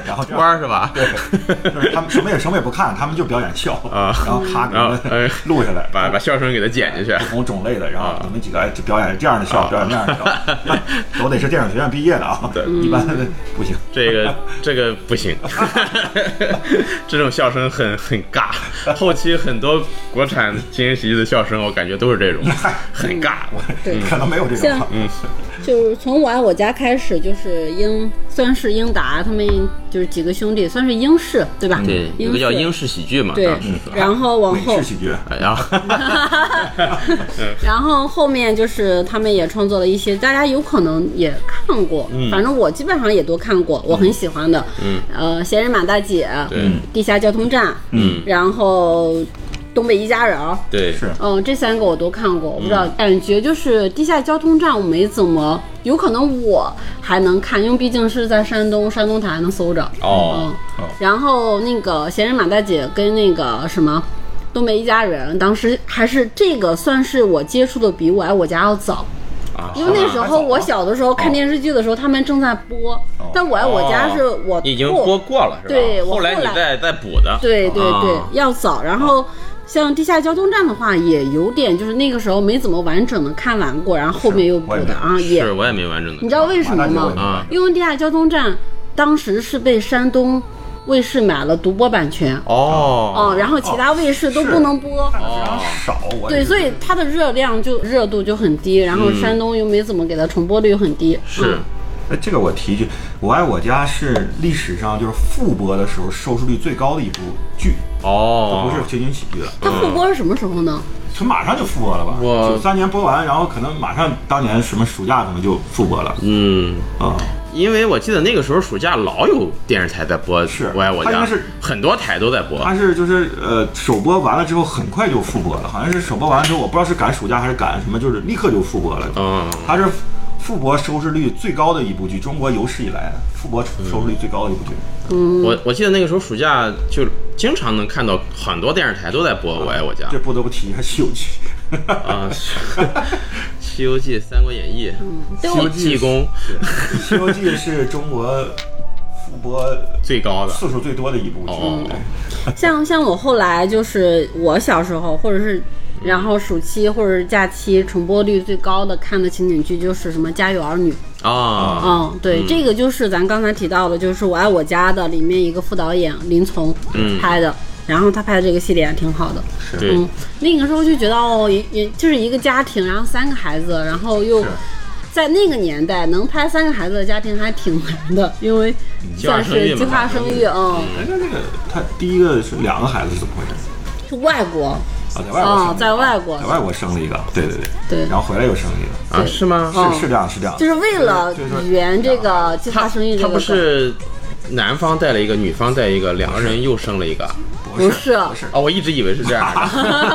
然后这官样儿是吧？对，就是他们什么也什么也不看，他们就表演笑，啊然后咔给他啊哎们 *laughs* 录下来， *laughs* 把啊把笑声给它剪进去不，同种类的，然后你们几个哎就表演这样啊的笑，表演那样的笑， *laughs* 都得是电影学院毕业的啊，一般嗯的不行。这 *laughs* 个这个不行， *laughs* 这种笑声很很尬。后期很多国产情景喜剧的笑声，我感觉都是这 *laughs* 种，很尬。对可能没有这种啊像，嗯就是从我爱我家开始，就是英算是英达他们就是几个兄弟，算是英式对吧？对，有个叫式英式喜剧嘛，对当时是，吧。然后往美后式喜剧，哎呀， *laughs* 然后后面就是他们也创作了一些，大家有可能也看过，反正我基本上也都看过，我很喜欢的。嗯，呃，闲人马大姐，对地下交通站，嗯，然后东北一家人儿，对，是嗯，这三个我都看过，我不知道，感觉就是地下交通站我没怎么，有可能我还能看，因为毕竟是在山东，山东台还能搜着。哦嗯，然后那个闲人马大姐跟那个什么。东北一家人，当时还是这个算是我接触的比我爱我家要早，啊，嗯因为那时候我小的时候看电视剧的时候，他们正在播，但我爱我家是我哦已经过播过了是吧？对我后来后你来再再补的，对对对啊，要早。然后像地下交通站的话，也有点就是那个时候没怎么完整的看完过，然后后面又补的啊，也是我也没完整的你知道为什么马大姐我也没吗啊？因为地下交通站当时是被山东卫视买了独播版权，哦，哦，然后其他卫视都是哦不能播。看的非常少，我对，所以它的热量就热度就很低，然后山东又没怎么给它重播率又很低，是哎，这个我提一句，《我爱我家》是历史上就是复播的时候收视率最高的一部剧，哦，不是情景喜剧了。它复播是什么时候呢？就马上就复播了吧？我九三年播完，然后可能马上当年什么暑假可能就复播了嗯。啊、因为我记得那个时候暑假老有电视台在播《是我爱我它应家该》，是很多台都在播。它是就是呃首播完了之后很快就复播了，好像是首播完了之后，我不知道是赶暑假还是赶什么，就是立刻就复播了。嗯，它是复播收视率最高的一部剧，中国有史以来复播嗯收视率最高的一部剧。我我记得那个时候暑假就经常能看到很多电视台都在播啊《我爱我家这》不得不提一下《西游记》 *laughs* 啊， *laughs* 是《西游记》《三国演义》嗯对西我游记》济公《西游记》是中国复播最高的次数最多的一部剧。哎哦对像像我后来就是我小时候，或者是然后暑期或者是假期重播率最高的看的情景剧就是什么《家有儿女》。啊，嗯，对，这个就是咱刚才提到的，就是《我爱我家》的里面一个副导演林从拍的。然后他拍的这个系列还挺好的，对啊嗯，那个时候就觉得哦，也也就是一个家庭，然后三个孩子，然后又在那个年代能拍三个孩子的家庭还挺难的，因为算是计划生育，嗯，哎，那这个他第一个是两个孩子是怎么回事？是外国，啊，在外国生的哦在外国在外国生了一个，对对对对然后回来又生了一个，啊，是吗？嗯是是这样是这样，就是为了就是圆这个计划他生育这他个不是男方带了一个，女方带一个，两个人又生了一个啊！哦不是不是不是，我一直以为是这样啊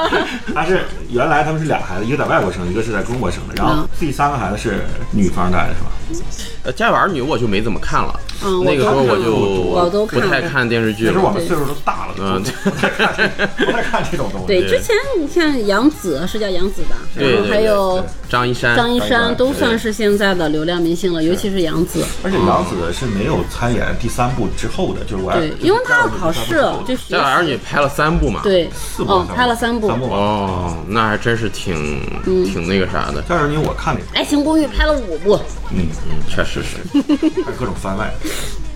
的。他是原来他们是俩孩子，一个在外国生，一个是在中国生的，然嗯后第三个孩子是女方带的是吧？ *laughs* 呃，家有儿女我就没怎么看了，嗯我那个时候都看了我我就都不看了太看电视剧其实我了。们岁数都大了，嗯就不太看 *laughs* 这不太看这种东西。对，对之前你看杨紫是叫杨紫吧，对然后对还对有张一山，张一山山都对算是现在的流量明星了，尤其是杨紫。而且杨紫是没有参演第三部之后的，就是我对，因为她要考试，就是学习家有儿女拍了三部嘛。。对，四部嗯，拍了三部三。部吧。哦，那还真是挺挺那个啥的，第二年我看了一部，爱情公寓拍了五部，嗯，嗯，确实是。还有各种番外，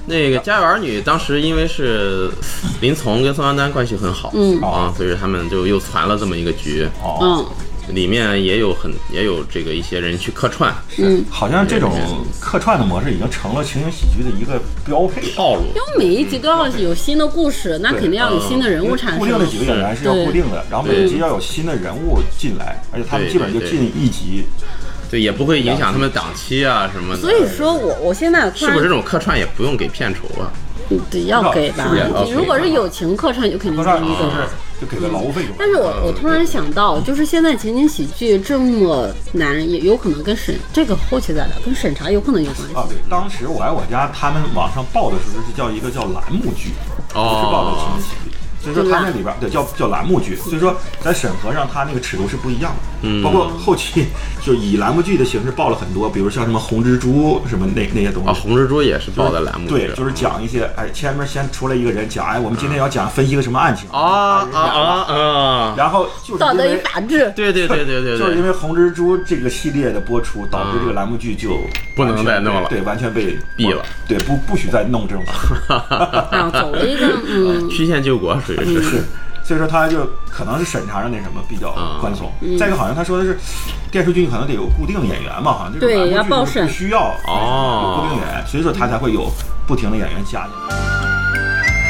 那个《家有儿女》当时因为是林丛跟宋丹丹关系很好，嗯啊，所以他们就又传了这么一个局，哦，嗯，里面也有很也有这个一些人去客串嗯，好像这种客串的模式已经成了情景喜剧的一个标配套路，因为每一集都要有新的故事，那肯定要有新的人物产固生定。的几个演员是要固定的，然后每对集要有新的人物进来，而且他们对基本就对对进一集。对，也不会影响他们档期啊什么的。所以说我我现在突是不是这然种客串也不用给片酬啊？得要给吧是不是要？给如果是友情客串，就肯定客是串一就个。是就给个劳务费用。但是我我突然想到，就是现在情景喜剧这么难，也有可能跟审这个后期再聊，跟审查有可能有关系。啊，对，当时我来我家，他们网上报的时候是叫一个叫栏目剧，不是报的情哦景，喜剧。所以说他那里边儿对叫叫栏目剧，所以说在审核上他那个尺度是不一样的，嗯包括后期就以栏目剧的形式报了很多，比如像什么红蜘蛛什么那那些东西啊，红蜘蛛也是报的栏目对，就是讲一些哎，前面先出来一个人讲，哎，我们今天要讲分析个什么案情啊啊然后啊啊！然后就是道因德与为法治，对对对对对就是对，因为红蜘蛛这个系列的播出，导致这个栏目剧就嗯不能再弄了对，完全被毙了，对，不不许再弄这种 *laughs* 啊，走了一个嗯，曲线救国属于是是，所以说他就可能是审查上那什么比较嗯宽松。嗯再一个，好像他说的是电视剧可能得有固定的演员嘛，好像这种对栏目剧要报审不需要哎哦有固定演员，所以说他才会有不停的演员加进来。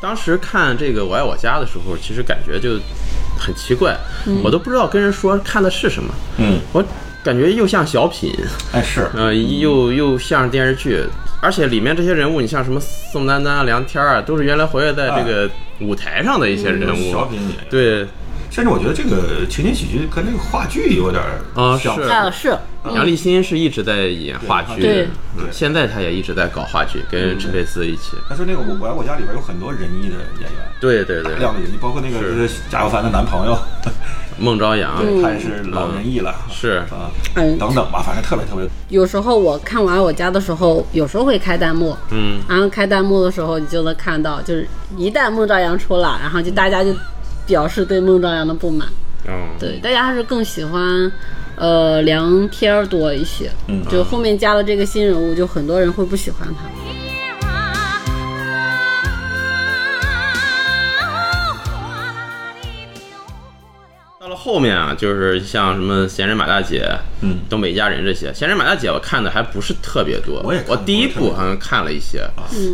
当时看这个《我爱我家》的时候，其实感觉就很奇怪，我都不知道跟人说看的是什么。嗯，我感觉又像小品，哎，是，呃，又又像电视剧，而且里面这些人物，你像什么宋丹丹啊、梁天儿啊，都是原来活跃在这个舞台上的一些人物。嗯啊小品演员。对，甚至我觉得这个情景喜剧跟那个话剧有点儿 *laughs* 啊像是啊是，杨立新是一直在演话剧，对嗯对嗯现在他也一直在搞话剧，跟陈佩斯一起。他说那个我我爱我家里边有很多仁义的演员，对对对大，量的仁义，包括那个就是贾小凡的男朋友，孟朝阳 *laughs* 他也是老仁义了，是啊，嗯等等吧，反正特别特别。有时候我看完我家的时候，有时候会开弹幕，嗯，然后开弹幕的时候你就能看到，就是一旦孟兆阳出来，然后就大家就表示对孟兆阳的不满，哦嗯，对，大家还是更喜欢。呃，梁天儿多一些，嗯就后面加了这个新人物，就很多人会不喜欢他。到了后面啊，就是像什么闲人马大姐，嗯东北一家人这些，闲人马大姐我看的还不是特别多，我也看啊我第一部好像看了一些，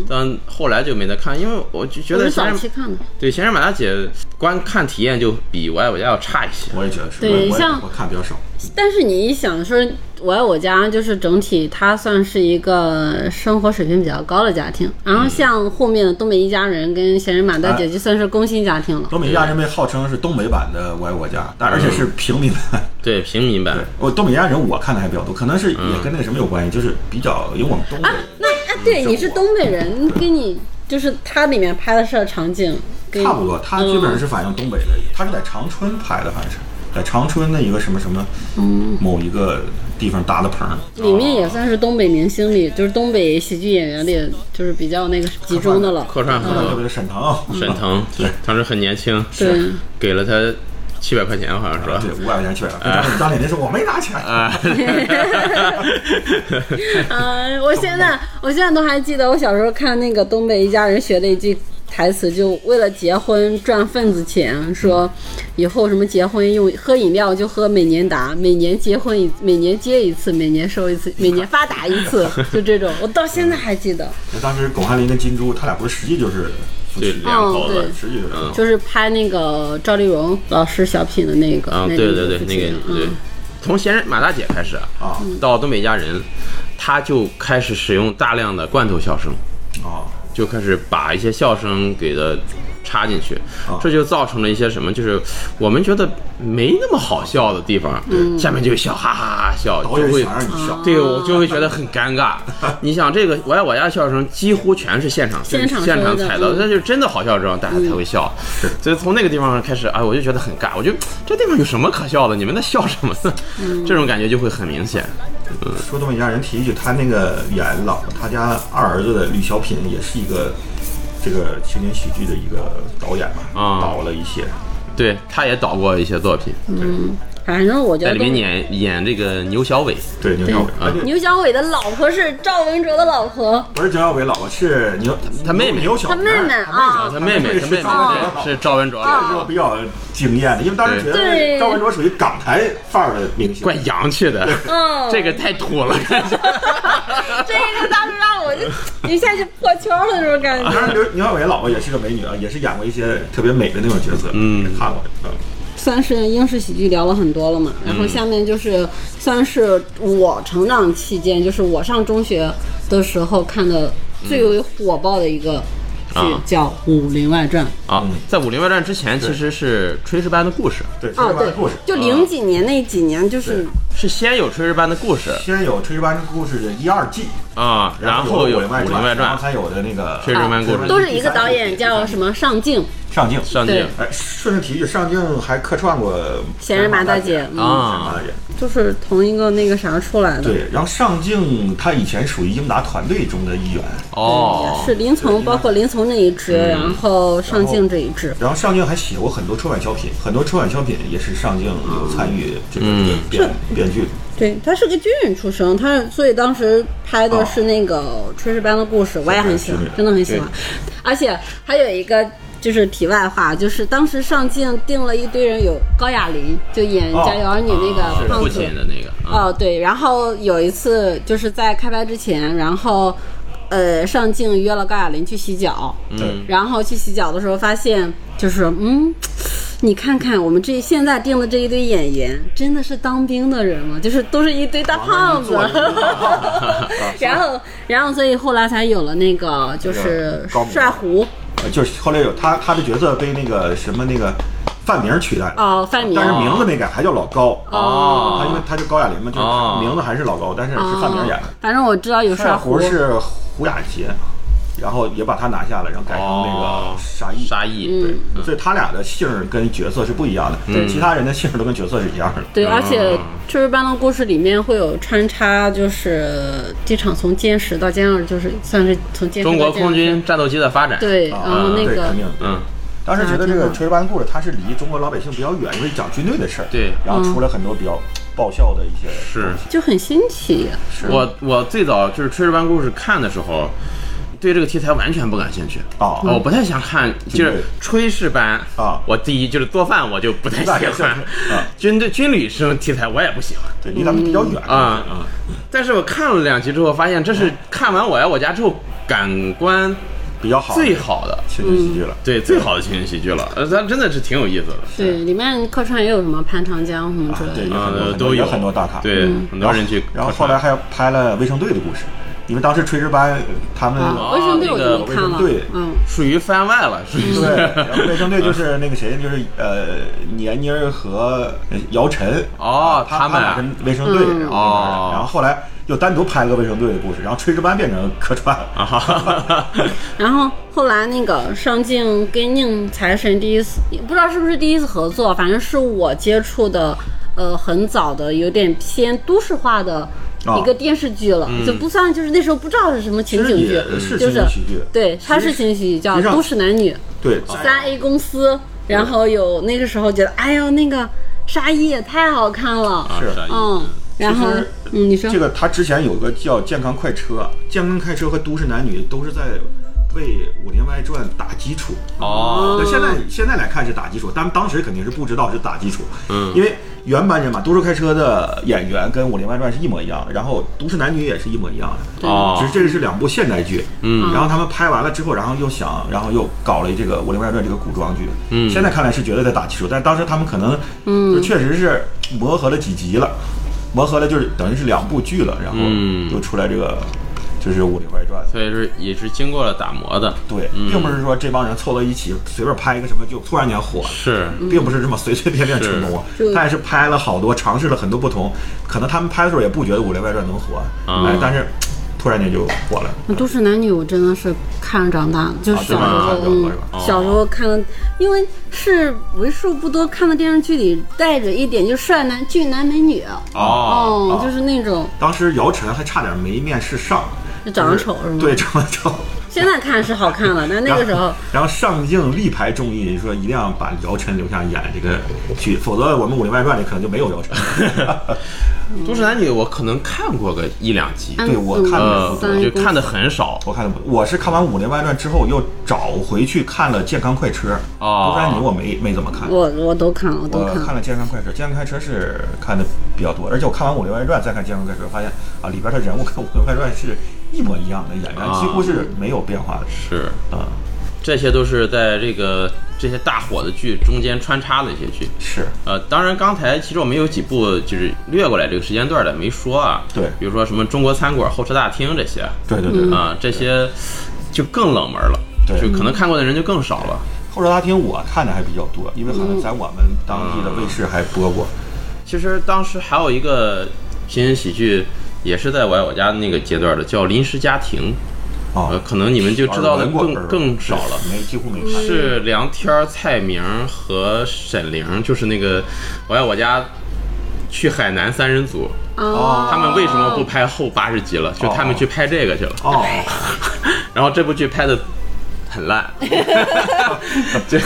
但后来就没再看，因为我就觉嗯我得是闲早人期看的，对闲人马大姐观看体验就比我爱我家要差一些，我也觉得是，对我也我也像我看比较少，但是你一想说，我爱我家就是整体，它算是一个生活水平比较高的家庭。然后像后面的东北一家人跟闲人马大姐，就算是工薪家庭了。东北一家人被号称是东北版的我爱我家，但而且是平民版。嗯对嗯平民版对， *laughs* 我东北一家人我看的还比较多，可能是也跟那个什么有关系，就是比较因为我们东北那啊，对，你是东北人，跟你就是它里面拍的是场景，跟差不多，他基嗯本上是反映东北的，他是在长春拍的，好像是在长春的一个什么什么嗯某一个地方搭的棚儿。里面也算是东北明星里，就是东北喜剧演员里，就是比较那个集中的了。客串很特别特多别，沈腾，嗯啊沈腾对当时很年轻，对，给了他七百块钱好像是吧？哎对，五百块钱去了。张张铁林说：“我没拿钱。”嗯，我现在我现在都还记得，我小时候看那个东北一家人学的一句台词，就为了结婚赚份子钱，说以后什么结婚用喝饮料就喝美年达，每年结婚一每年结一次，每年收一次，每年发达一次，就这种，我到现在还记得。那当时巩汉林跟金珠，他俩不是实际就是夫对妻，两口哦子对，实际就是嗯就是拍那个赵丽蓉老师小品的那个，啊，那对个对对，夫那妻个对嗯，从《闲人马大姐》开始啊到《东北一家人》，他就开始使用大量的罐头笑声，啊，就开始把一些笑声给它插进去，这就造成了一些什么，就是我们觉得没那么好笑的地方，下面就笑哈哈哈笑，导就演会想让你嗯笑，对，我就会觉得很尴尬。你想，这个我爱我家的笑声几乎全是现场现场现场采说的的，嗯那就是真的好笑之后大家才会笑。所以从那个地方开始，哎，我就觉得很尬，我就这地方有什么可笑的？你们在笑什么呢？嗯这种感觉就会很明显。说东北一家人提一句，他那个演老他家二儿子的吕小品也是一个这个情景喜剧的一个导演嘛，啊导了一些，对，他也导过一些作品，反正我觉在得里面演演这个牛小伟，对牛小伟，而且牛小伟的老婆是赵文卓的老婆，不是牛小伟老婆，是牛啊他妹妹牛小他妹妹啊，哦他妹妹，他妹妹对是赵文卓那时候老比较惊艳的，因为当时觉对得赵文卓属于港台范儿的明星，怪洋气的，*laughs* 嗯，这个太土了，感 *laughs* 觉。啊这个当时让我就一下就破圈了，这种感当觉。然，刘牛小伟老婆也是个美女啊，也是演过一些特别美的那种角色，嗯，看过，嗯，算是英式喜剧聊了很多了嘛，然后下面就是算是我成长期间，就是我上中学的时候看的最为火爆的一个剧啊，叫《武林外传》。嗯啊，在《武林外传》之前其实是《炊事班的故事》，对，炊哦事，班对的故事，，就零几年那几年，就是是先有《炊事班的故事》先有《炊事班的故事》的一二季，啊，然后有有《武武林外林外然后传》，才有的那个啊炊事班故事都是一个导演叫什么上镜，上镜，上镜对哎，顺着提一句，上镜还客串过《闲人马大姐嗯啊，马大姐，就是同一个那个啥出来的。对，然后上镜他以前属于英达团队中的一员，哦也，是林从，包括林从那一支，然后上镜这一支。然后上镜还写过很多春晚小品，很多春晚小品也是上镜有参与这个嗯编编剧的，对他是个军人出身，他所以当时拍的是那个《炊事班的故事》，我也很喜欢是的，真的很喜欢。而且还有一个就是题外话，就是当时上镜定了一堆人，有高亚麟，就演《哦家有儿女》那是个胖父子，亲的那个啊，哦，对，然后有一次就是在开拍之前，然后呃上镜约了高亚麟去洗脚，嗯，然后去洗脚的时候发现就是嗯。你看看我们这现在定的这一堆演员，真的是当兵的人吗？就是都是一堆大胖子， *laughs* *laughs* 啊然后然后所以后来才有了那个就是高明帅胡呃就是后来有他他的角色被那个什么那个范明取代了。哦，范明但是名字没改，还叫老高。哦他因为他就高亚麟嘛，就哦是名字还是老高，但是是范明演的。哦反正我知道有帅帅胡胡是胡雅杰，然后也把他拿下了，然后改成那哦个沙溢。沙嗯溢，嗯对，所以他俩的姓儿跟角色是不一样的，其他人的姓儿都跟角色是一样的。对，而且《啊炊事班的故事》里面会有穿插，就是机场从歼十到歼二，就是算是从歼十到中国歼空军啊战斗机的发展，对，然后那啊对，个肯定对嗯。当时觉得这个《炊事班故事》它是离中国老百姓比较远，因为讲军队的事儿。对然后出嗯了很多比较爆笑的一些。是就很新奇。我我最早就是《炊事班故事》看的时候，对这个题材完全不感兴趣。哦我不太想看，就是炊事班啊我第一就是做饭，我就不太喜不太欢感兴趣 *laughs* 啊。军队军旅生题材我也不喜欢。对，离咱们比较远啊但是我看了两集之后，发现这啊是看完《我爱我家》之后感官比较好，最好的，情景喜剧了。对最好的情景喜剧了。呃，它真的是挺有意思的。对，里面客串也有什么潘长江什么之对，类的。有很多呃，很多都有有很多大咖。嗯对，很多人去客串。然后后来还拍了卫生队的故事，因为当时炊事班他们啊，卫生队我就没看了那个卫生队。嗯，属于番外了，属于对，然后卫生队就是那个谁，就是呃闫妮儿和姚晨哦他他们啊俩是卫生队，然后哦然后后来又单独拍了个卫生队的故事，然后炊事班变成客串啊哈哈哈。然后后来那个上镜跟宁财神第一次，也不知道是不是第一次合作，反正是我接触的，呃，很早的，有点偏都市化的。哦一个电视剧了，就不算，就是那时候不知道是什么情景嗯其剧嗯实也，是就情景喜剧对，它是情景喜剧，叫实《上哎都市男女》。对，啊三 A 公司，然后有那个时候觉得，哎呦，那个沙溢也太好看了，是啥意思嗯，然后啊其实嗯，你说这个他之前有个叫《健康快车》，《健康快车》和《都市男女》都是在为《武林外传》打基础。哦，对，现在现在来看是打基础，但当时肯定是不知道是打基础，嗯，因为原班人马《都市开车》的演员跟《武林外传》是一模一样的，然后《都市男女》也是一模一样的，哦只是这个是两部现代剧，嗯，然后他们拍完了之后，然后又想，然后又搞了这个《武林外传》这个古装剧，嗯，现在看来是觉得在打基础，但当时他们可能，嗯，就确实是磨合了几集了，磨合了就是等于是两部剧了，然后嗯就出来这个就是《武林外传》，所以是也是经过了打磨的，对，并不是说这帮人凑到一起随便拍一个什么就突然间火了。是并不是这么随随便便成功啊是，他也是拍了好多，尝试了很多不同，可能他们拍的时候也不觉得《武林外传》能火，啊哎，但是突然间就火了。那都市男女我真的是看着长大的，就是小时候，啊对吧嗯是吧，哦小时候看的，因为是为数不多看的电视剧里带着一点就帅男俊男美女，哦，哦，就是那种当时姚晨还差点没面试上，就长得丑是吗？对，，啊长得丑。现在看是好看了，但那个时然候后，然后上映力排众议，说一定要把姚晨留下演这个剧，否则我们《武林外传》里可能就没有 *laughs* 姚晨。都市男女》我可能看过个一两集，安对我祖看了呃嗯，三就公看的很少。我看了，我是看完《武林外传》之后又找回去看了《健康快车》，哦不然你我没没怎么看。我我都看了，我都我看了《健康快车》，《健康快车》是看的比较多，而且我看完《武林外传》再看《健康快车》，发现啊，里边的人物跟《武林外传》是一模一样的，演员几乎是没有变化的。是，啊、这些都是在这个这些大火的剧中间穿插的一些剧。是呃，当然，刚才其实我们有几部就是略过来这个时间段的没说啊。对比如说什么中国餐馆、候车大厅这些对对对。啊、这些就更冷门了，对就可能看过的人就更少了。后车大厅我看的还比较多，因为好像在我们当地的卫视还播过。其实当时还有一个新人喜剧，也是在我爱我家那个阶段的，叫《临时家庭》，啊、呃，可能你们就知道的耳闻过更耳闻过更少了。没几乎没看。是梁天儿、蔡明儿和沈凌，就是那个《我爱我家》去海南三人组，啊，他们为什么不拍后八十集了？就他们去拍这个去了。哦， *laughs* 然后这部剧拍的很烂， *laughs* 就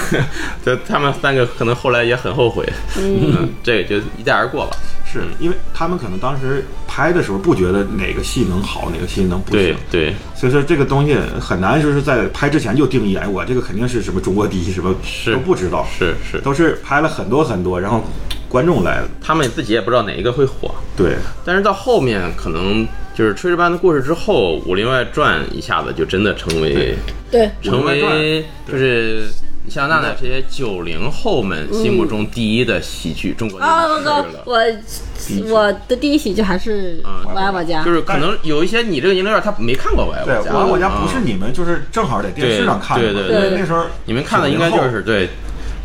就他们三个可能后来也很后悔，嗯，这个就一带而过吧。是因为他们可能当时拍的时候不觉得哪个戏能好，哪个戏能不行对，对，所以说这个东西很难，就是在拍之前就定义，哎，我这个肯定是什么中国第一，什么是都不知道，是是，都是拍了很多很多，然后观众来了，他们自己也不知道哪一个会火，对，但是到后面可能就是《炊事班的故事》之后，《武林外传》一下子就真的成为对，成武林外为就是你像娜娜这些九零后们心目中第一的喜剧，中国的啊，我影视靠了。我我的第一喜剧还是《我爱我家》，就是可能有一些你这个年龄段他没看过《我爱我对，家》，我我家嗯不是你们，就是正好在电视上看的嘛，对对对对那时候你们看的应该就90后是对《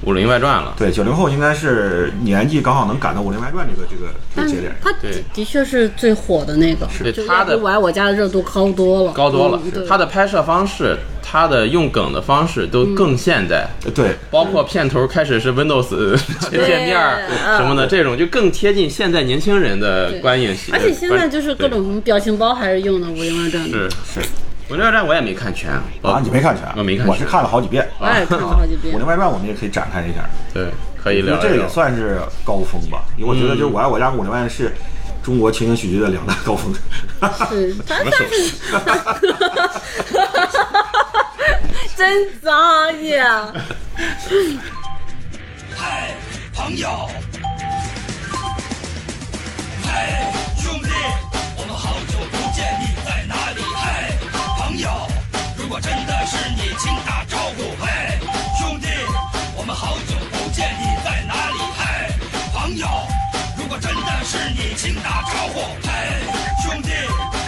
武林外传》了。对九零后应该是年纪刚好能赶到《武林外传》这个这个这但个节是点，他对的确是最火的那个，对就他的要比我爱我家的热度高多了，高多了嗯对，他的拍摄方式，他的用梗的方式都嗯更现代，呃对。包括片头开始是 *laughs* Windows 对界面儿嗯什么的，这种就更贴近现在年轻人的观影习而且现在就是各种什么表情包还是用的《武林外传》，是《是武林外传》我也没看全啊，你没看全？我没看全我是看了好几遍。我哎也看了好几《武遍林。外传》我们也可以展开一下，对，可以因为聊一这聊嗯也。算是高峰吧。因为我觉得就是《我爱我家》《武林外传》是中国情景喜剧的两大高峰。是，他但是， *laughs* 真脏耶！嗨，朋友，嗨，兄弟，我们好久不见，你在哪里？嗨，朋友，如果真的是你，请打招呼。嗨，兄弟，我们好久不见，你在哪里？嗨，朋友，如果真的是你，请打招呼。嗨，兄弟。